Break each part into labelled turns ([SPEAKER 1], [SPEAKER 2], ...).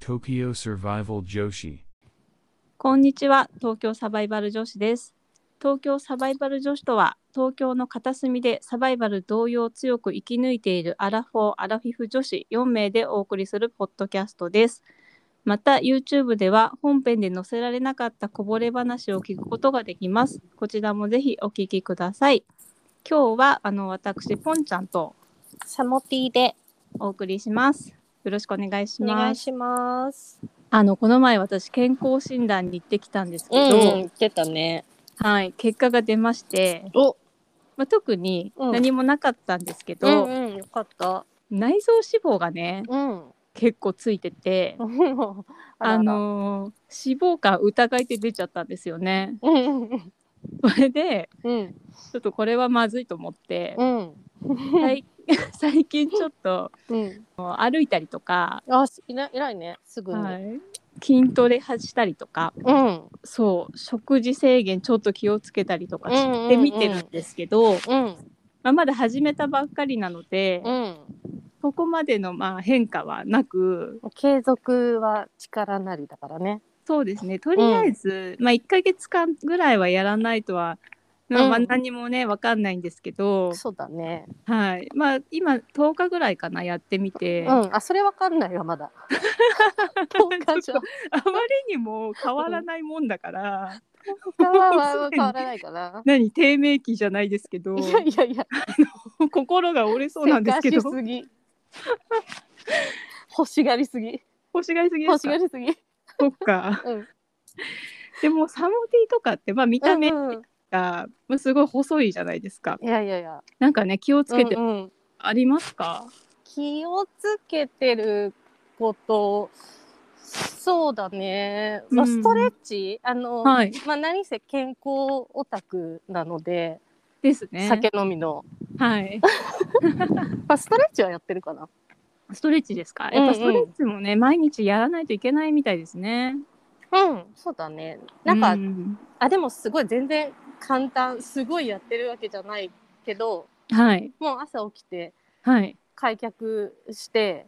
[SPEAKER 1] Tokyo Survival Joshi.
[SPEAKER 2] こんにちは、東京サバイバル女子です。東京サバイバル女子とは、東京の片隅でサバイバル同様強く生き抜いているアラフォー・アラフィフ女子4名でお送りするポッドキャストです。また、YouTube では本編で載せられなかったこぼれ話を聞くことができます。こちらもぜひお聞きください。今日は、あの、私、ポンちゃんと
[SPEAKER 3] サモピーで
[SPEAKER 2] お送りします。よろしくお願いし
[SPEAKER 3] お
[SPEAKER 2] ます。
[SPEAKER 3] 願いします。
[SPEAKER 2] あの、この前私、健康診断に行ってきたんですけ
[SPEAKER 3] うん、
[SPEAKER 2] ど、
[SPEAKER 3] 言ってたね。
[SPEAKER 2] はい、結果が出まして、
[SPEAKER 3] お、
[SPEAKER 2] まあ、特に
[SPEAKER 3] うん
[SPEAKER 2] 何もなかったんですけ
[SPEAKER 3] う
[SPEAKER 2] ど、
[SPEAKER 3] んうん、よかった。
[SPEAKER 2] 内臓脂肪がね
[SPEAKER 3] うん。
[SPEAKER 2] 結構ついてて、
[SPEAKER 3] あ
[SPEAKER 2] あ、のー脂肪肝疑いって出ちゃったんですよね。
[SPEAKER 3] うん
[SPEAKER 2] それで
[SPEAKER 3] うん
[SPEAKER 2] ちょっとこれはまずいと思って、
[SPEAKER 3] うん
[SPEAKER 2] 最 最近ちょっと
[SPEAKER 3] うん。
[SPEAKER 2] もう歩いたりとか、
[SPEAKER 3] あ、すいない偉いね。すぐに。
[SPEAKER 2] はい筋トレしたりとか
[SPEAKER 3] うん
[SPEAKER 2] そう食事制限ちょっと気をつけたりとかして見てるんですけど、
[SPEAKER 3] うん
[SPEAKER 2] まあ、まだ始めたばっかりなので、
[SPEAKER 3] うん。
[SPEAKER 2] ここまでのまあ変化はなく
[SPEAKER 3] 継続は力なりだからね。
[SPEAKER 2] そうですね。とりあえず、まあ1ヶ月間ぐらいはやらないとは、まあ
[SPEAKER 3] うん
[SPEAKER 2] まあ何もね、わかんないんですけど、
[SPEAKER 3] そうだね。
[SPEAKER 2] はい。まあ今10日ぐらいかな、やってみて、
[SPEAKER 3] う
[SPEAKER 2] あ
[SPEAKER 3] ん。あ、それわかんないわまだ。10日じゃ
[SPEAKER 2] まりにも変わらないもんだから、
[SPEAKER 3] 10日は変わらないかな。
[SPEAKER 2] 何、低迷期じゃないですけど、
[SPEAKER 3] いやいやいや。
[SPEAKER 2] 心が折れそうなんですけど
[SPEAKER 3] せかし、すぎ。欲しがりすぎ。
[SPEAKER 2] 欲しがりすぎで
[SPEAKER 3] 欲
[SPEAKER 2] す
[SPEAKER 3] しが
[SPEAKER 2] か
[SPEAKER 3] りすぎ。
[SPEAKER 2] そっか。
[SPEAKER 3] うん
[SPEAKER 2] でも、サモティとかって、まあ見た目
[SPEAKER 3] う
[SPEAKER 2] が、
[SPEAKER 3] んうん
[SPEAKER 2] まあすごい細いじゃないですか。
[SPEAKER 3] いやいやいや。
[SPEAKER 2] なんかね、気をつけて
[SPEAKER 3] うんうん
[SPEAKER 2] ありますか、
[SPEAKER 3] 気をつけてることそうだね、まあ
[SPEAKER 2] うん
[SPEAKER 3] ストレッチあの、
[SPEAKER 2] はい。
[SPEAKER 3] まあ、何せ健康オタクなので、
[SPEAKER 2] ですね。
[SPEAKER 3] 酒飲みの、
[SPEAKER 2] はい。
[SPEAKER 3] まあ、ストレッチはやってるかな
[SPEAKER 2] ストレッチですか。やっぱストレ
[SPEAKER 3] うんう
[SPEAKER 2] ッチもね、毎日やらないといけないみたいですね。
[SPEAKER 3] うんそうだねなんか、
[SPEAKER 2] う
[SPEAKER 3] あでもすごい全然簡単すごいやってるわけじゃないけど
[SPEAKER 2] はい
[SPEAKER 3] もう朝起きて
[SPEAKER 2] はい。
[SPEAKER 3] 開脚して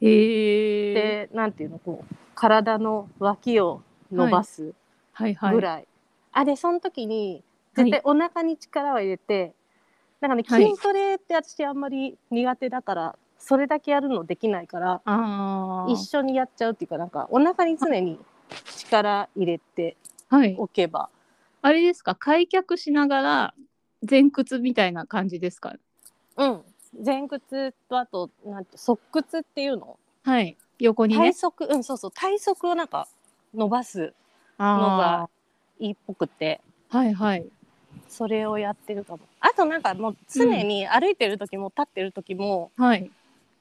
[SPEAKER 2] へえ。
[SPEAKER 3] でなんていうのこう体の脇を伸ばす、
[SPEAKER 2] はいはい。
[SPEAKER 3] ぐらい、あでその時に
[SPEAKER 2] はい
[SPEAKER 3] 絶対お腹に力を入れて、なんか
[SPEAKER 2] はい
[SPEAKER 3] ね筋トレって私あんまり苦手だから、それだけやるのできないから
[SPEAKER 2] あ
[SPEAKER 3] 一緒にやっちゃうっていうかなんかお腹に常に力入れて
[SPEAKER 2] あ。はい。
[SPEAKER 3] おけば
[SPEAKER 2] あれですか。開脚しながら前屈みたいな感じですか。
[SPEAKER 3] うん前屈とあとなんて側屈っていうの
[SPEAKER 2] はい。横に
[SPEAKER 3] 体
[SPEAKER 2] ね。
[SPEAKER 3] 側、うんそうそう体側をなんか伸ばすの
[SPEAKER 2] あ
[SPEAKER 3] がいいっぽくて。
[SPEAKER 2] あ。はいはい。
[SPEAKER 3] それをやってるかもあとなんかもう常に歩いてる時も立ってる時も、
[SPEAKER 2] はい。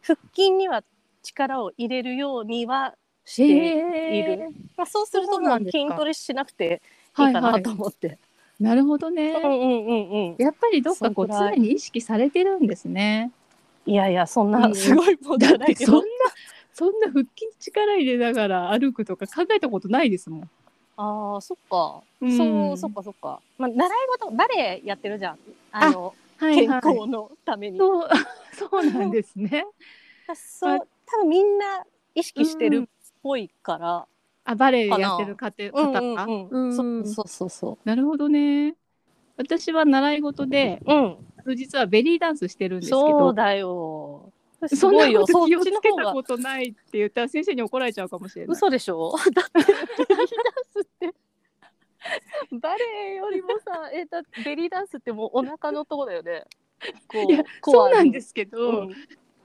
[SPEAKER 3] 腹筋には力を入れるようにはして、
[SPEAKER 2] へ
[SPEAKER 3] いるまあ、そうする
[SPEAKER 2] そ
[SPEAKER 3] と
[SPEAKER 2] うな
[SPEAKER 3] も
[SPEAKER 2] ん
[SPEAKER 3] う
[SPEAKER 2] ですか
[SPEAKER 3] 筋トレしなくてい
[SPEAKER 2] はいい
[SPEAKER 3] か
[SPEAKER 2] は
[SPEAKER 3] ないと。思って。
[SPEAKER 2] なるほど ね。
[SPEAKER 3] うんうんうんうん。
[SPEAKER 2] やっぱりどっかこう
[SPEAKER 3] そんく
[SPEAKER 2] 常
[SPEAKER 3] らい
[SPEAKER 2] に意識されてるんですね。
[SPEAKER 3] いやいやそん
[SPEAKER 2] う
[SPEAKER 3] なんすごいもんじ
[SPEAKER 2] だ
[SPEAKER 3] ゃ
[SPEAKER 2] っ
[SPEAKER 3] な
[SPEAKER 2] て
[SPEAKER 3] いけ
[SPEAKER 2] そんな
[SPEAKER 3] ど。
[SPEAKER 2] そんな腹筋に力入れながら歩くとか考えたことないですもん。
[SPEAKER 3] ああそっか。
[SPEAKER 2] うん
[SPEAKER 3] そうそっかそっか。まあ習い事バレエやってるじゃん。あの
[SPEAKER 2] は
[SPEAKER 3] 健康のために。
[SPEAKER 2] そうそうなんです ね。
[SPEAKER 3] そう多分みんな意識してるっぽいから。
[SPEAKER 2] あバレエやってる方方
[SPEAKER 3] うんう
[SPEAKER 2] か、
[SPEAKER 3] んうん。
[SPEAKER 2] うん
[SPEAKER 3] そうそうそうそ
[SPEAKER 2] なるほどね。私は習い事で
[SPEAKER 3] う。うん。
[SPEAKER 2] 実はベリーダンスしてるんですけ
[SPEAKER 3] そう
[SPEAKER 2] ど。
[SPEAKER 3] だよ。す
[SPEAKER 2] そん
[SPEAKER 3] ご
[SPEAKER 2] ない
[SPEAKER 3] よ。
[SPEAKER 2] こと
[SPEAKER 3] そっ
[SPEAKER 2] 気をつ
[SPEAKER 3] ちの
[SPEAKER 2] け
[SPEAKER 3] 方
[SPEAKER 2] た
[SPEAKER 3] が
[SPEAKER 2] ことないって言ったら先生に怒られちゃうかもしれない。
[SPEAKER 3] 嘘でしょ だってベリーダンスって バレエよりもさえだってベリーダンスってもうお腹のとこだよねこ
[SPEAKER 2] いや
[SPEAKER 3] コ
[SPEAKER 2] そう
[SPEAKER 3] アに
[SPEAKER 2] なんですけ
[SPEAKER 3] う
[SPEAKER 2] ど、
[SPEAKER 3] ん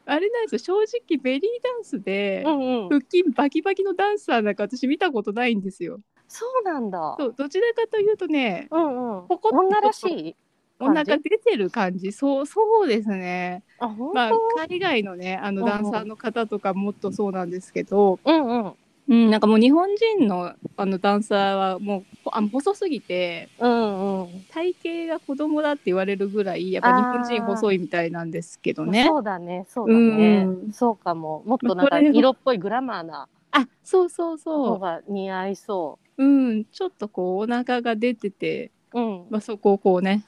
[SPEAKER 2] あれなんですよ正直ベリーダンスで
[SPEAKER 3] うんうん
[SPEAKER 2] 腹筋バキバキのダンサーなんか私見たことないんですよ。
[SPEAKER 3] そうなんだ
[SPEAKER 2] そうどちらかというとね
[SPEAKER 3] うんうん
[SPEAKER 2] ポコッと
[SPEAKER 3] 女らしい
[SPEAKER 2] お
[SPEAKER 3] 感じ
[SPEAKER 2] 腹出てる感じそうそうですね。
[SPEAKER 3] あ本当、
[SPEAKER 2] まあ、海外のねあの
[SPEAKER 3] うんう
[SPEAKER 2] ダ
[SPEAKER 3] ん
[SPEAKER 2] ンサーの方とかもっとそうなんですけど、
[SPEAKER 3] うんうん
[SPEAKER 2] うん、なんかもう日本人のあのダンサーはもうこあ細すぎて
[SPEAKER 3] うんうん
[SPEAKER 2] 体型が子供だって言われるぐらいやっぱ日本人細いみたいなんですけどね。
[SPEAKER 3] そうだねそうだね、
[SPEAKER 2] うん
[SPEAKER 3] そうかももっとなん
[SPEAKER 2] こ
[SPEAKER 3] か
[SPEAKER 2] れを
[SPEAKER 3] 色っぽいグラマーな
[SPEAKER 2] あそうそうそ
[SPEAKER 3] 方
[SPEAKER 2] う、
[SPEAKER 3] が似合いそ
[SPEAKER 2] うん、ちょっとこうお腹が出てて、
[SPEAKER 3] ううん
[SPEAKER 2] まあ、そこをこうね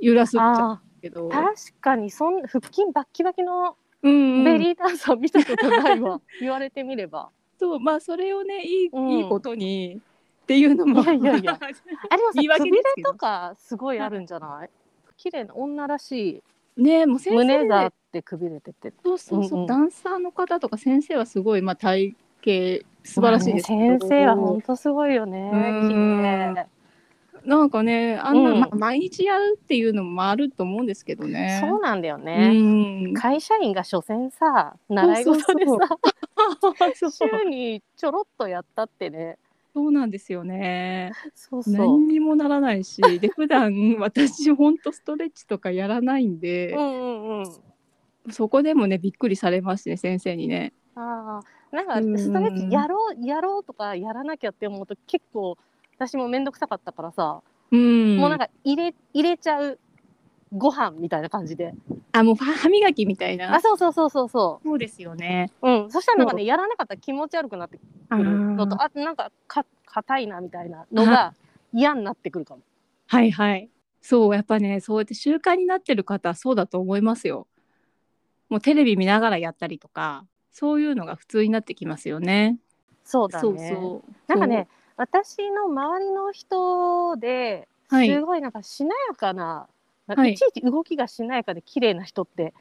[SPEAKER 2] 揺らすっちゃう
[SPEAKER 3] あ
[SPEAKER 2] けど
[SPEAKER 3] ー、確かにそん腹筋バッキバキの
[SPEAKER 2] うんうん
[SPEAKER 3] ベリーダンサー見たことないわ言われてみれば
[SPEAKER 2] そうまあそれをねいい,、
[SPEAKER 3] うん
[SPEAKER 2] いいことにっていうのも
[SPEAKER 3] いやいや いやあでもさ
[SPEAKER 2] 言い訳
[SPEAKER 3] くびれ
[SPEAKER 2] ですけど
[SPEAKER 3] とかすごいあるんじゃない綺麗な女らし
[SPEAKER 2] ねもう
[SPEAKER 3] い
[SPEAKER 2] 先生
[SPEAKER 3] 胸があってくびれてて
[SPEAKER 2] そうそうそう、
[SPEAKER 3] うんうん
[SPEAKER 2] ダンサーの方とか先生はすごいまあ体型素晴らしいですけど、
[SPEAKER 3] 先生は本当すごいよね
[SPEAKER 2] うん
[SPEAKER 3] 綺麗
[SPEAKER 2] なんかねあんな、
[SPEAKER 3] うん
[SPEAKER 2] ま毎日やるっていうのもあると思うんですけどね。
[SPEAKER 3] そうなんだよね、
[SPEAKER 2] うん
[SPEAKER 3] 会社員が所詮さ習い事でさ
[SPEAKER 2] そう そうそう
[SPEAKER 3] 週にちょろっとやったってね
[SPEAKER 2] そうなんですよね。
[SPEAKER 3] そうそう、
[SPEAKER 2] 何にもならないし、で普段私本当ストレッチとかやらないんで
[SPEAKER 3] う、んうんうん
[SPEAKER 2] そこでもねびっくりされますね先生にね。
[SPEAKER 3] ああなんか
[SPEAKER 2] うんうん
[SPEAKER 3] ストレッチやろうやろうとかやらなきゃって思うと結構私も面倒くさかったからさ、
[SPEAKER 2] うん。
[SPEAKER 3] もうなんか入れ入れちゃうご飯みたいな感じで
[SPEAKER 2] あもう歯歯磨きみたいな
[SPEAKER 3] あ。そうそうそうそうそ
[SPEAKER 2] そうですよね。
[SPEAKER 3] ううんそしたらなんか
[SPEAKER 2] そ
[SPEAKER 3] ねやらなかったら気持ち悪くなってく
[SPEAKER 2] あ
[SPEAKER 3] るの
[SPEAKER 2] ー
[SPEAKER 3] とあなんかか硬いなみたいなのが嫌になってくるかも
[SPEAKER 2] はいはい。そうやっぱねそうやって習慣になってる方はそうだと思いますよ。もうテレビ見ながらやったりとかそういうのが普通になってきますよね。
[SPEAKER 3] そうだね
[SPEAKER 2] そう。
[SPEAKER 3] なんかね私の周りの人で
[SPEAKER 2] はい
[SPEAKER 3] すごいなんかしなやかな、なんか
[SPEAKER 2] はい
[SPEAKER 3] い、ちいち動きがしなやかで綺麗な人って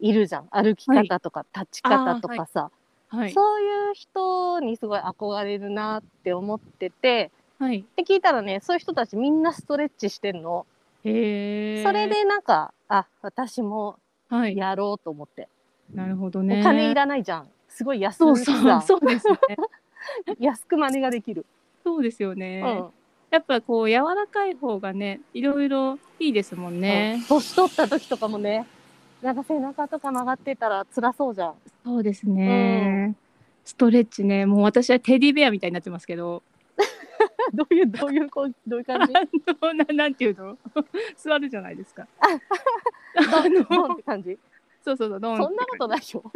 [SPEAKER 3] いるじゃん歩き方とか立ち方とかさ、
[SPEAKER 2] そう、はい、
[SPEAKER 3] そういう人にすごい憧れるなって思ってて
[SPEAKER 2] はい。
[SPEAKER 3] で聞いたらねそういう人たちみんなストレッチしてんの、
[SPEAKER 2] へえ。
[SPEAKER 3] それ、でなんかあ私も
[SPEAKER 2] はい。
[SPEAKER 3] やろうと思って、
[SPEAKER 2] なるほどね。
[SPEAKER 3] お金いらないじゃんすごい安
[SPEAKER 2] そう
[SPEAKER 3] く
[SPEAKER 2] そ
[SPEAKER 3] さ
[SPEAKER 2] う、そうですね。
[SPEAKER 3] 安く真似ができる、
[SPEAKER 2] そうですよね。
[SPEAKER 3] うん
[SPEAKER 2] やっぱこう柔らかい方がね、いろいろいいですもんね。
[SPEAKER 3] 年取った時とかもねなんか背中とか曲がってたら辛そうじゃん
[SPEAKER 2] そうですね。ストレッチね、もう私はテディベアみたいになってますけど、
[SPEAKER 3] どういうどういうこうどういう感じ
[SPEAKER 2] ななんていうの 座るじゃないですか。あの
[SPEAKER 3] ドンって感じ
[SPEAKER 2] そうそうそう、ドン
[SPEAKER 3] そん
[SPEAKER 2] って
[SPEAKER 3] なことないよ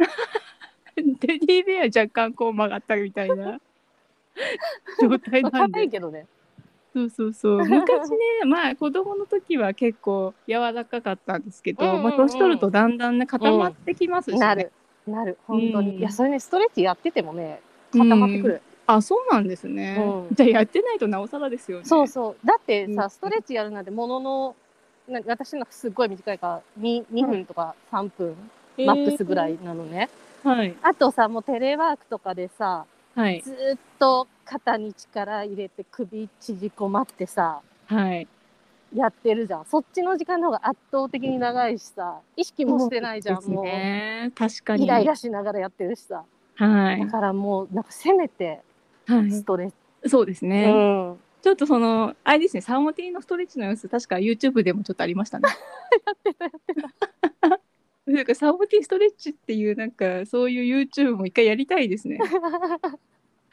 [SPEAKER 2] テディベア若干こう曲がったみたい な状態なん
[SPEAKER 3] 硬
[SPEAKER 2] で
[SPEAKER 3] い。けどね
[SPEAKER 2] そうそう そう昔ねまあ子供の時は結構柔らかかったんですけど、
[SPEAKER 3] うんうんうん
[SPEAKER 2] まあ、年取るとだんだんね固まってきますし、ね
[SPEAKER 3] なるなる本当に、
[SPEAKER 2] うん
[SPEAKER 3] いやそれねストレッチやっててもね固まってくる、
[SPEAKER 2] あそうなんですね、
[SPEAKER 3] うん
[SPEAKER 2] じゃあやってないとなおさらですよね
[SPEAKER 3] そうそうだってさ、
[SPEAKER 2] うん
[SPEAKER 3] ストレッチやるなんてもののな私のすっごい短いから 2, 2分とか3分、
[SPEAKER 2] う
[SPEAKER 3] マックスぐらいなのね、
[SPEAKER 2] はい
[SPEAKER 3] あとさもうテレワークとかでさ
[SPEAKER 2] はい
[SPEAKER 3] ずーっと肩に力入れて首縮こまってさ
[SPEAKER 2] はい
[SPEAKER 3] やってるじゃんそっちの時間の方が圧倒的に長いしさ意識もしてないじゃん
[SPEAKER 2] そうです
[SPEAKER 3] もう
[SPEAKER 2] ね確かに
[SPEAKER 3] イライラしながらやってるしさ
[SPEAKER 2] はい
[SPEAKER 3] だからもうなんかせめて
[SPEAKER 2] は
[SPEAKER 3] ストレッチ、
[SPEAKER 2] いそうですね、
[SPEAKER 3] うん
[SPEAKER 2] ちょっとそのあれですねサーモティーのストレッチの様子確か YouTube でもちょっとありましたねやってたやってたなんかサーモティーストレッチっていうなんかそういう YouTube も一回やりたいですね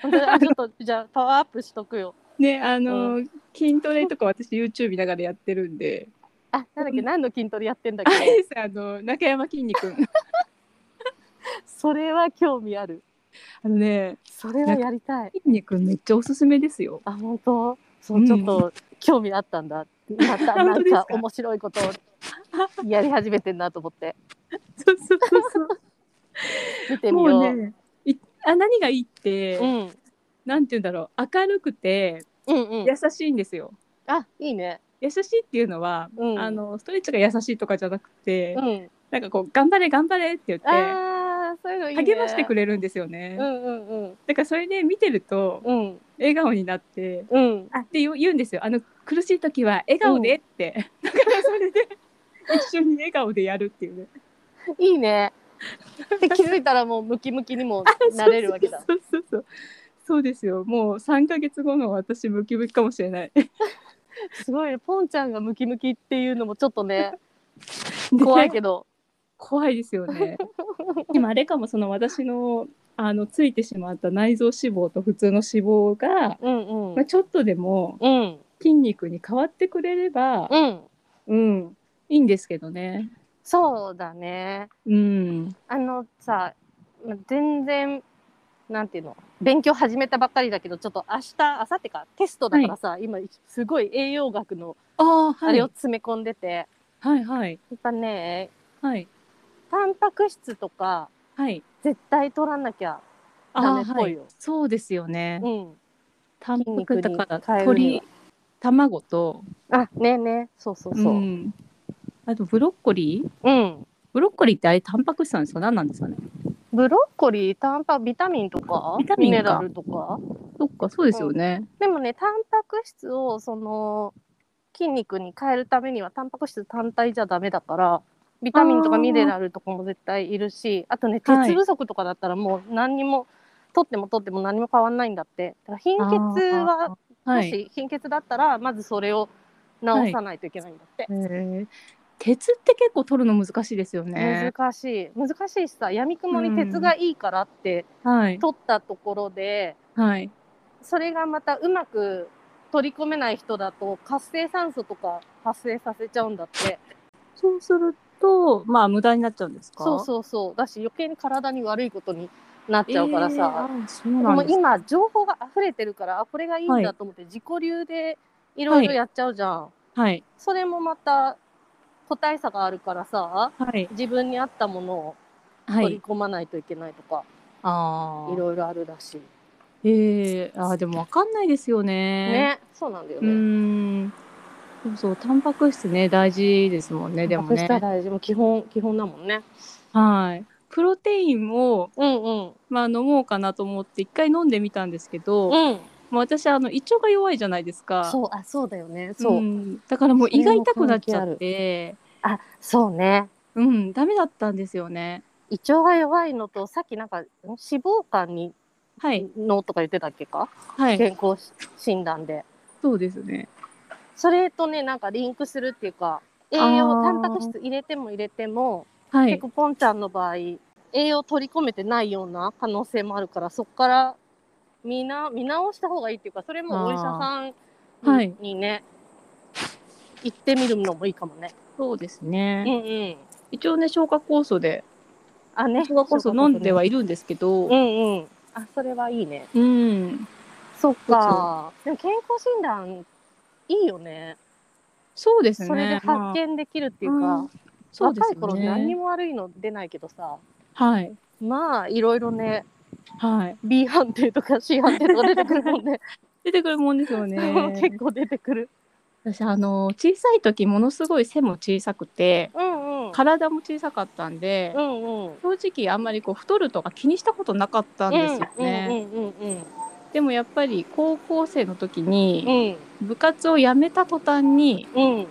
[SPEAKER 3] 本当だちょっとじゃあパワーアップしとくよ
[SPEAKER 2] ねあの、筋トレとか私 YouTube 見ながらやってるんで
[SPEAKER 3] あなんだっけ何の筋トレやってんだっ
[SPEAKER 2] あ れ
[SPEAKER 3] け
[SPEAKER 2] ですあの中山きんに君
[SPEAKER 3] それは興味ある
[SPEAKER 2] あのね
[SPEAKER 3] それはやりたい
[SPEAKER 2] きんに君めっちゃおすすめですよ
[SPEAKER 3] あ本当そううんちょっと興味あったんだ、また な
[SPEAKER 2] 本当
[SPEAKER 3] ん
[SPEAKER 2] ですか
[SPEAKER 3] か面白いことをやり始めてんなと思って
[SPEAKER 2] そうそうそう
[SPEAKER 3] 見
[SPEAKER 2] そ
[SPEAKER 3] て
[SPEAKER 2] う
[SPEAKER 3] み
[SPEAKER 2] も
[SPEAKER 3] よう
[SPEAKER 2] うねいあ何がいいって、
[SPEAKER 3] うん、
[SPEAKER 2] なんて言うんだろう明るくて
[SPEAKER 3] うんうん
[SPEAKER 2] 優しいんですよ、
[SPEAKER 3] あいいね
[SPEAKER 2] 優しいっていうのは、
[SPEAKER 3] うん
[SPEAKER 2] あのストレッチが優しいとかじゃなくて、
[SPEAKER 3] うん
[SPEAKER 2] なんかこう頑張れ頑張れって言って
[SPEAKER 3] あーそういうのいい、ね、
[SPEAKER 2] 励ましてく
[SPEAKER 3] れ
[SPEAKER 2] れるんですよね。
[SPEAKER 3] うんうんうん
[SPEAKER 2] だからそれで見てると
[SPEAKER 3] うん
[SPEAKER 2] 笑顔になって
[SPEAKER 3] うん
[SPEAKER 2] あって言う言うんですよ。あの苦しい時は笑顔でって、 だからそれで一緒に笑顔でやるっていうね。
[SPEAKER 3] いいねって気づいたらもうムキムキ にもなれるわけだ
[SPEAKER 2] そうそうそうそう。そうですよ。もう三ヶ月後の私ムキムキかもしれない。
[SPEAKER 3] すごいねポンちゃんがムキムキっていうのもちょっとね
[SPEAKER 2] ね
[SPEAKER 3] 怖いけど
[SPEAKER 2] 怖いですよ ね。でもあれかもその私のあのついてしまった内臓脂肪と普通の脂肪が、
[SPEAKER 3] うんうん
[SPEAKER 2] まあ、ちょっとでも
[SPEAKER 3] うん
[SPEAKER 2] 筋肉に変わってくれれば、
[SPEAKER 3] うん
[SPEAKER 2] うん、いいんですけどね。
[SPEAKER 3] そうだね
[SPEAKER 2] うん。
[SPEAKER 3] あのさま全然なんていうの勉強始めたばっかりだけどちょっと明日明後日かテストだからさ、今すごい栄養学の
[SPEAKER 2] ああ、
[SPEAKER 3] あ
[SPEAKER 2] は
[SPEAKER 3] れを
[SPEAKER 2] い。
[SPEAKER 3] 詰め込んでて、や
[SPEAKER 2] はいはい。
[SPEAKER 3] っぱね
[SPEAKER 2] はい。
[SPEAKER 3] タンパク質とか
[SPEAKER 2] はい。
[SPEAKER 3] 絶対取らなきゃダ
[SPEAKER 2] あ
[SPEAKER 3] メっ
[SPEAKER 2] ー
[SPEAKER 3] ぽ
[SPEAKER 2] はいい、
[SPEAKER 3] よ。
[SPEAKER 2] そうですよね。
[SPEAKER 3] うん。
[SPEAKER 2] タンパクだから
[SPEAKER 3] 筋肉に変えるに
[SPEAKER 2] 鶏
[SPEAKER 3] は
[SPEAKER 2] 卵と
[SPEAKER 3] あ、ねね、そうそうそうう。
[SPEAKER 2] ん、あとブロッコリー
[SPEAKER 3] うん。
[SPEAKER 2] ブロッコリーってあれタンパク質なんですか何なんですかね
[SPEAKER 3] ブロッコリー、タンパ、ビタミンとか、
[SPEAKER 2] ビタミ
[SPEAKER 3] ミ
[SPEAKER 2] ンか
[SPEAKER 3] ネラルとか。
[SPEAKER 2] そっかそうですよね。
[SPEAKER 3] でもね、タンパク質をその筋肉に変えるためには、タンパク質単体じゃダメだから、ビタミンと
[SPEAKER 2] あ
[SPEAKER 3] か
[SPEAKER 2] ー
[SPEAKER 3] ミネラルとかも絶対いるし、あとね、
[SPEAKER 2] はい
[SPEAKER 3] 鉄不足とかだったらもう何にも、取っても取っても何も変わんないんだって。だから貧血は、も
[SPEAKER 2] はい、
[SPEAKER 3] し貧血だったら、まずそれを治さないといけないんだって。
[SPEAKER 2] へー鉄って結構取るの難しいですよね。
[SPEAKER 3] 難しい難しいしさやみくもに鉄がいいからって
[SPEAKER 2] はい
[SPEAKER 3] 取ったところで、
[SPEAKER 2] はい
[SPEAKER 3] それがまたうまく取り込めない人だと活性酸素とか発生させちゃうんだって
[SPEAKER 2] そうするとまあ無駄になっちゃうんですか
[SPEAKER 3] そう
[SPEAKER 2] う
[SPEAKER 3] そうそうだし余計に体に悪いことになっちゃうからさ、
[SPEAKER 2] そう
[SPEAKER 3] で
[SPEAKER 2] なん
[SPEAKER 3] も
[SPEAKER 2] ですね
[SPEAKER 3] 今情報が溢れてるからあこれがいいん
[SPEAKER 2] は
[SPEAKER 3] だ
[SPEAKER 2] い
[SPEAKER 3] と思って自己流でいろいろやっちゃうじゃん、
[SPEAKER 2] はい
[SPEAKER 3] それもまた個体差があるからさ
[SPEAKER 2] はい
[SPEAKER 3] 自分に合ったものを
[SPEAKER 2] は
[SPEAKER 3] 取り
[SPEAKER 2] い
[SPEAKER 3] 込まないといけないとか、
[SPEAKER 2] あ
[SPEAKER 3] いろいろあるらしい。
[SPEAKER 2] えー、あーでもわかんないですよね。
[SPEAKER 3] ね、そうなんだよ
[SPEAKER 2] う
[SPEAKER 3] ね。
[SPEAKER 2] んそうそうタンパク質ね大事ですもんねでもね
[SPEAKER 3] 隠した。大事も基本基本だもんね。
[SPEAKER 2] はいプロテインを
[SPEAKER 3] うんうん
[SPEAKER 2] まあ、飲もうかなと思って一回飲んでみたんですけど、も
[SPEAKER 3] うん。
[SPEAKER 2] う私あの胃腸が弱いじゃないですか
[SPEAKER 3] そうあそうだよね。そう、
[SPEAKER 2] んだからもう胃が痛くなっちゃ
[SPEAKER 3] それも
[SPEAKER 2] っ
[SPEAKER 3] 関
[SPEAKER 2] て
[SPEAKER 3] あそうね。
[SPEAKER 2] うんダメだったんですよね
[SPEAKER 3] 胃腸が弱いのとさっきなんかん脂肪肝に
[SPEAKER 2] はい
[SPEAKER 3] のとか言ってたっけか、
[SPEAKER 2] はい
[SPEAKER 3] 健康診断で。
[SPEAKER 2] そうですね
[SPEAKER 3] それとねなんかリンクするっていうか栄
[SPEAKER 2] あ
[SPEAKER 3] 養
[SPEAKER 2] ー
[SPEAKER 3] タンパク質入れても入れても、
[SPEAKER 2] は
[SPEAKER 3] 結
[SPEAKER 2] い
[SPEAKER 3] 構ポンちゃんの場合栄養取り込めてないような可能性もあるからそこから見な見直した方がいいっていうかそれもお医者さんに,、
[SPEAKER 2] あーはい
[SPEAKER 3] にね行ってみるのもいいかもね。
[SPEAKER 2] そうです
[SPEAKER 3] うんう
[SPEAKER 2] ね、
[SPEAKER 3] ん。
[SPEAKER 2] 一応ね消化酵素で
[SPEAKER 3] あね。
[SPEAKER 2] 消化酵素飲んではいいるんですけど
[SPEAKER 3] う、んうん。あそれはいいね。
[SPEAKER 2] うん、
[SPEAKER 3] そっか。でも健康診断いいよね。
[SPEAKER 2] そうですね
[SPEAKER 3] それで
[SPEAKER 2] まあ
[SPEAKER 3] 発見できるっていうか、
[SPEAKER 2] うんそうです
[SPEAKER 3] 若
[SPEAKER 2] ね
[SPEAKER 3] い頃何にも悪いの出ないけどさ。
[SPEAKER 2] はい
[SPEAKER 3] まあいろいろね、
[SPEAKER 2] はい、
[SPEAKER 3] B 判定とか C 判定とか出てく るもんね。
[SPEAKER 2] 出てくるもんですよね。
[SPEAKER 3] 結構出てくる。
[SPEAKER 2] 私あの小さい時ものすごい背も小さくて、
[SPEAKER 3] うんうん。
[SPEAKER 2] 体も小さかったんで、
[SPEAKER 3] うんうん。
[SPEAKER 2] 正直あんまりこう太るとか気にしたことなかったんですよね、
[SPEAKER 3] うんうんうん
[SPEAKER 2] でもやっぱり高校生の時
[SPEAKER 3] う
[SPEAKER 2] に
[SPEAKER 3] ん。
[SPEAKER 2] 部活を辞めた途端に
[SPEAKER 3] うんうん。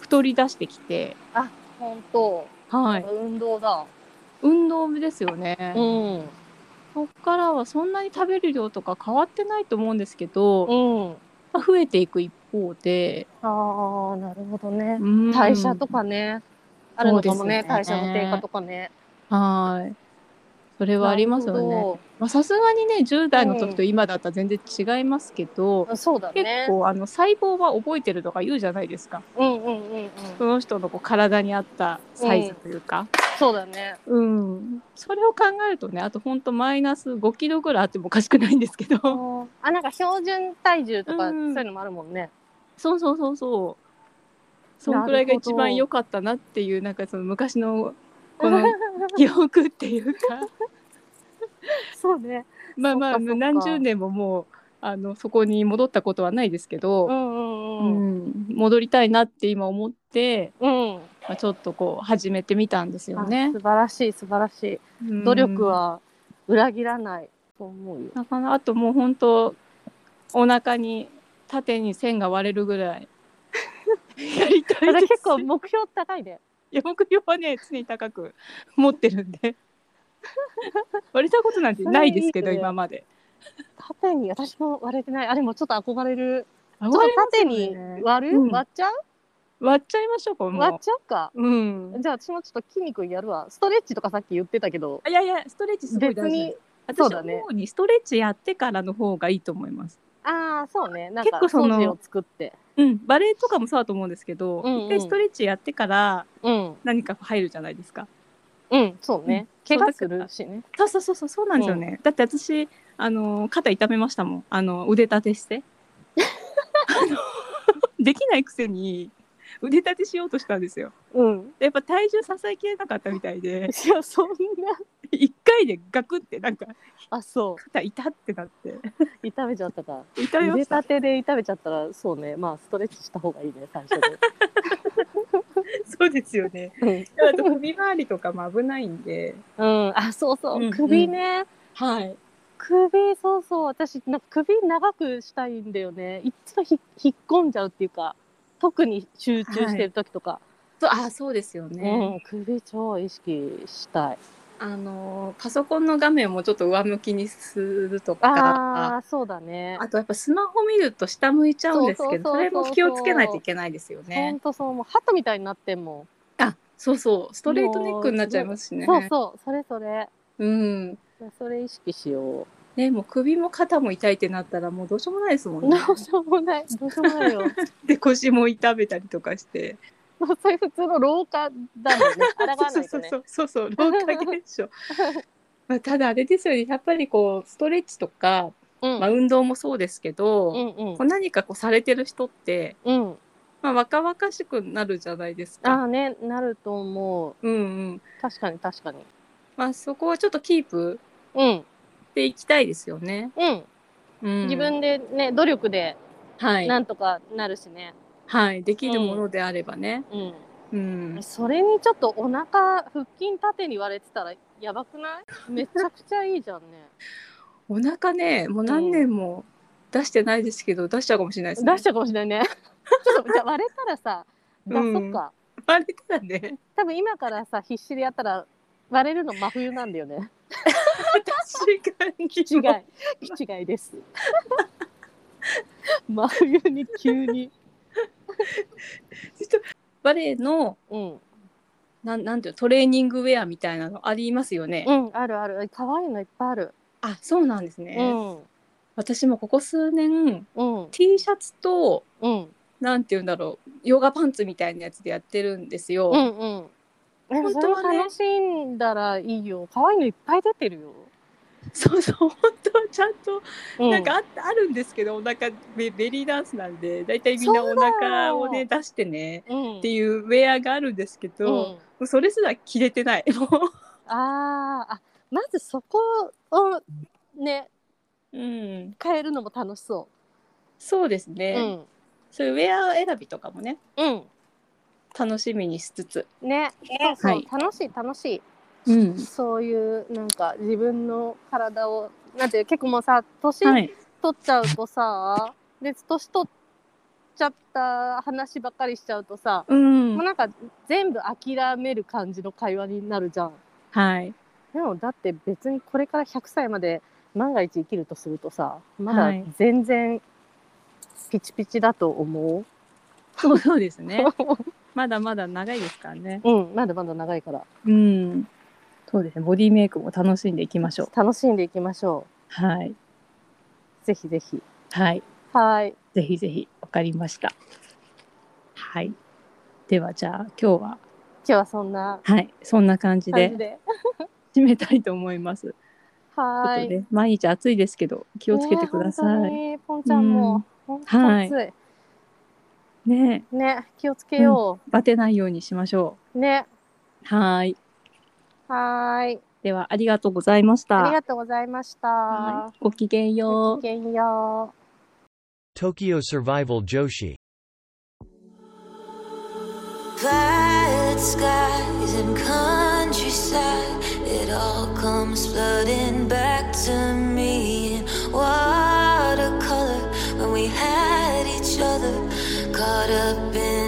[SPEAKER 2] 太り出してきて、
[SPEAKER 3] 本当。
[SPEAKER 2] はい、
[SPEAKER 3] 運動だ。
[SPEAKER 2] 運動ですよね、
[SPEAKER 3] うん。うん。
[SPEAKER 2] そっからはそんなに食べる量とか変わってないと思うんですけど、まあ増えていく一方で、
[SPEAKER 3] ああ、なるほどね。
[SPEAKER 2] うん
[SPEAKER 3] 代謝とかね、あるのかもね
[SPEAKER 2] そう
[SPEAKER 3] 代
[SPEAKER 2] です
[SPEAKER 3] 謝
[SPEAKER 2] ね
[SPEAKER 3] の低下とかね。
[SPEAKER 2] はいそれはありますよ
[SPEAKER 3] なる
[SPEAKER 2] ね
[SPEAKER 3] ほ
[SPEAKER 2] まあさすがにね10代の時と今だったら全然違いますけど、
[SPEAKER 3] ど。そうだ
[SPEAKER 2] 結
[SPEAKER 3] ね。
[SPEAKER 2] 構あの細胞は覚えてるとか言うじゃないですか
[SPEAKER 3] うんうんうんうん。
[SPEAKER 2] その人のこう体に合ったサイズというか、
[SPEAKER 3] そうだね。
[SPEAKER 2] うんそれを考えるとねあとほんとマイナス5キロぐらいあってもおかしくないんですけど
[SPEAKER 3] あ、なんか標準体重とかそううん
[SPEAKER 2] うん
[SPEAKER 3] いうのもあるもんね。
[SPEAKER 2] そうそうそうそうそのくらいが一番良かったなっていうなんかその昔のこの記憶って いうか
[SPEAKER 3] そうね。
[SPEAKER 2] まあまあ
[SPEAKER 3] そっかそっか
[SPEAKER 2] 何十年ももうあのそこに戻ったことはないですけ
[SPEAKER 3] う
[SPEAKER 2] ど、
[SPEAKER 3] ん
[SPEAKER 2] う
[SPEAKER 3] うんうん。
[SPEAKER 2] ん、戻りたいなって今思って、
[SPEAKER 3] うん。
[SPEAKER 2] まあ、ちょっとこう始めてみたんですよ
[SPEAKER 3] あ
[SPEAKER 2] ね
[SPEAKER 3] 素。晴らしい素晴らしい。
[SPEAKER 2] うん
[SPEAKER 3] 努力は裏切らないと思うよ。
[SPEAKER 2] なかなかあともう本当お腹に縦に線が割れるぐらいやりた
[SPEAKER 3] そ
[SPEAKER 2] い
[SPEAKER 3] れ
[SPEAKER 2] です。
[SPEAKER 3] 結構目標高いね。
[SPEAKER 2] いや目標はね常に高く持ってるんで割れたことなんてないですけど
[SPEAKER 3] それいいね
[SPEAKER 2] 今まで。
[SPEAKER 3] 縦に私も割れてない。あれもちょっと憧れる。
[SPEAKER 2] ちょ
[SPEAKER 3] ちょっと縦に割る、
[SPEAKER 2] うん
[SPEAKER 3] 割っちゃう、
[SPEAKER 2] 割っちゃいましょうかも
[SPEAKER 3] 割っ
[SPEAKER 2] う。
[SPEAKER 3] ちゃうか。
[SPEAKER 2] うん。
[SPEAKER 3] じゃあ私もちょっと筋肉やるわ。ストレッチとかさっき言ってたけど、
[SPEAKER 2] いやいやストレッチすごい
[SPEAKER 3] 別
[SPEAKER 2] 大事
[SPEAKER 3] に
[SPEAKER 2] です。、私
[SPEAKER 3] そう
[SPEAKER 2] 思
[SPEAKER 3] だね
[SPEAKER 2] うにストレッチやってからの方がいいと思います。
[SPEAKER 3] ああ、そうね。なん
[SPEAKER 2] 結
[SPEAKER 3] か
[SPEAKER 2] 構その
[SPEAKER 3] 素地を作って。
[SPEAKER 2] うん、バレエとかもそうだと思うんですけど、
[SPEAKER 3] うんうん
[SPEAKER 2] 一回ストレッチやってから
[SPEAKER 3] うん。
[SPEAKER 2] 何か入るじゃないですか。
[SPEAKER 3] うん、そうね。
[SPEAKER 2] うん
[SPEAKER 3] 怪我するしね。
[SPEAKER 2] そうそうそうそうそうなんですよね。だって私あの肩痛めましたもん。あの腕立て して。あのできないくせに腕立てしようとしたんですよ。
[SPEAKER 3] うん。
[SPEAKER 2] でやっぱ体重支えきれなかったみたいで、
[SPEAKER 3] いや、そんな。
[SPEAKER 2] 一回でガクってなんか
[SPEAKER 3] あそ
[SPEAKER 2] 肩痛ってなって
[SPEAKER 3] う炒めちゃっ たか
[SPEAKER 2] 痛い
[SPEAKER 3] 茹
[SPEAKER 2] ま
[SPEAKER 3] で
[SPEAKER 2] した
[SPEAKER 3] たてで炒めちゃったらそうねまあストレッチした方がいいね最初
[SPEAKER 2] そうですよね
[SPEAKER 3] で
[SPEAKER 2] あと首周りとかも危ないんで
[SPEAKER 3] うん、うん、あそうそう、
[SPEAKER 2] うんうん
[SPEAKER 3] 首ね
[SPEAKER 2] はい
[SPEAKER 3] 首そうそう私なんか首長くしたいんだよねいつもひ引っ込んじゃうっていうか特に集中してる時とか、
[SPEAKER 2] そうあそうですよ
[SPEAKER 3] うん、首超意識したい
[SPEAKER 2] あのパソコンの画面もちょっと上向きにすると
[SPEAKER 3] ああそうだね
[SPEAKER 2] あとやっぱスマホ見ると下向いちゃうんですけど
[SPEAKER 3] そうそうそうそう
[SPEAKER 2] それも気をつけないといけないですよ
[SPEAKER 3] ほ
[SPEAKER 2] ね
[SPEAKER 3] ん。とそうもう鳩みたいになってんも
[SPEAKER 2] あそうそうストレートネックになっちゃいますし
[SPEAKER 3] ん、
[SPEAKER 2] ね。
[SPEAKER 3] そうそうそれそれ
[SPEAKER 2] うん
[SPEAKER 3] それ意識しよ
[SPEAKER 2] ね、もう首も肩も痛いってなったらもうどうしようもないですも
[SPEAKER 3] うん
[SPEAKER 2] ね。
[SPEAKER 3] どうしようも ないどうしようもないよ
[SPEAKER 2] で腰も痛めたりとかして。
[SPEAKER 3] もうそれ普通の老 化だもんね抗わないと
[SPEAKER 2] そう
[SPEAKER 3] ね
[SPEAKER 2] そうそうそうそう老化現 象。まあただあれですよねやっぱりこうストレッチとか、
[SPEAKER 3] うん
[SPEAKER 2] まあ、運動もそうですけど、
[SPEAKER 3] うんうん
[SPEAKER 2] こう何かこうされてる人って、
[SPEAKER 3] うん
[SPEAKER 2] まあ、若々しくなるじゃないです
[SPEAKER 3] あ
[SPEAKER 2] か。
[SPEAKER 3] あねなると思う
[SPEAKER 2] うんうん。
[SPEAKER 3] 確かに確かに
[SPEAKER 2] まあそこをちょっとキープ
[SPEAKER 3] うん
[SPEAKER 2] していきたいですよね。
[SPEAKER 3] うん、
[SPEAKER 2] うん、
[SPEAKER 3] 自分でね努力で
[SPEAKER 2] はい、
[SPEAKER 3] なんとかなるしね、
[SPEAKER 2] はい、できるものであればね。うん
[SPEAKER 3] うん、それにちょっとお腹腹筋縦に割れてたらやばくないめちゃくちゃいいじゃんね
[SPEAKER 2] お腹ね、もう何年も出してないですけど、出しちゃうかもしれないです、ね。
[SPEAKER 3] 出しちゃうかもしれないね ちょっとじゃあ割れたらさ出
[SPEAKER 2] うん
[SPEAKER 3] そっか、
[SPEAKER 2] バレたらね。
[SPEAKER 3] 多分今からさ必死でやったら割れるの真冬なんだよ ね
[SPEAKER 2] 確かに。
[SPEAKER 3] 違い違いです 真冬に急に
[SPEAKER 2] バレエの、
[SPEAKER 3] うん
[SPEAKER 2] なん、なんていうのトレーニングウェアみたいなのありますよね。
[SPEAKER 3] うんあるある可愛いのいっぱいある、
[SPEAKER 2] あ、そうなんですね。
[SPEAKER 3] うん
[SPEAKER 2] 私もここ数年、
[SPEAKER 3] うん
[SPEAKER 2] T シャツと、
[SPEAKER 3] うん
[SPEAKER 2] なんていうんだろう、ヨガパンツみたいなやつでやってるんですよ。
[SPEAKER 3] うんうん。本
[SPEAKER 2] 本
[SPEAKER 3] 当
[SPEAKER 2] 当
[SPEAKER 3] は
[SPEAKER 2] はね
[SPEAKER 3] 楽しんだらいいよ。可愛いのいっぱい出てるよ。
[SPEAKER 2] そうそう、本当はちゃんと
[SPEAKER 3] う
[SPEAKER 2] なんかああるんですけどお腹ベベリーダンスなんで大体みんなお腹をね出してね
[SPEAKER 3] うん、
[SPEAKER 2] っていうウェアがあるんですけど、も
[SPEAKER 3] うん
[SPEAKER 2] うそれすら着れてないも
[SPEAKER 3] あーあ、まずそこをね、
[SPEAKER 2] う、うん、
[SPEAKER 3] 変えるのも楽しそ
[SPEAKER 2] そうです
[SPEAKER 3] う。
[SPEAKER 2] ね、
[SPEAKER 3] うん。
[SPEAKER 2] そういうウェア選びとかもね
[SPEAKER 3] うん。
[SPEAKER 2] 楽しみにしつつ、
[SPEAKER 3] ね、そうそう、
[SPEAKER 2] はい
[SPEAKER 3] 楽しい楽しい。
[SPEAKER 2] うん
[SPEAKER 3] そういうなんか自分の体をなんていう結構もうさ年
[SPEAKER 2] は
[SPEAKER 3] 取
[SPEAKER 2] い、
[SPEAKER 3] っちゃうとさ、で年取っちゃった話ばっかりしちゃうとさ、
[SPEAKER 2] うん
[SPEAKER 3] もうなんか全部諦める感じの会話になるじゃん。
[SPEAKER 2] はい、
[SPEAKER 3] でもだって別にこれから100歳まで万が一生きるとするとさま
[SPEAKER 2] は
[SPEAKER 3] だ
[SPEAKER 2] い
[SPEAKER 3] 全然ピチピチだと思う、
[SPEAKER 2] そうそうです ねまだまだ長いですからね
[SPEAKER 3] うんまだまだ長いから
[SPEAKER 2] うんそうですねボディメイクも楽しんでいきましょう
[SPEAKER 3] 楽しんでいきましょ
[SPEAKER 2] はいう
[SPEAKER 3] ぜひぜひ
[SPEAKER 2] はい
[SPEAKER 3] はい
[SPEAKER 2] ぜひぜひ、わかりました。はい。では、じゃあ、今日は、
[SPEAKER 3] 今日はそんな
[SPEAKER 2] はい、そんな感じ
[SPEAKER 3] 感じ
[SPEAKER 2] で
[SPEAKER 3] で
[SPEAKER 2] 締めたいと思います。
[SPEAKER 3] は
[SPEAKER 2] ちょっと
[SPEAKER 3] い
[SPEAKER 2] ね、毎日暑いですけど、気をつけてください。
[SPEAKER 3] ねえ本当にポンちゃんも、本当に暑い、
[SPEAKER 2] ね
[SPEAKER 3] ね気をつけよ
[SPEAKER 2] バテないようにしましょ
[SPEAKER 3] う、ね
[SPEAKER 2] う。はい。
[SPEAKER 3] はーい
[SPEAKER 2] では、ありがとうございまし
[SPEAKER 3] あ
[SPEAKER 2] た。
[SPEAKER 3] りがとうございました
[SPEAKER 2] はいごきげんよ
[SPEAKER 3] ご
[SPEAKER 2] う
[SPEAKER 3] き。げんよう
[SPEAKER 4] Tokyo Survival Joshi.
[SPEAKER 5] Violet skies and countryside, it all comes flooding back to me in watercolor when we had each other caught up in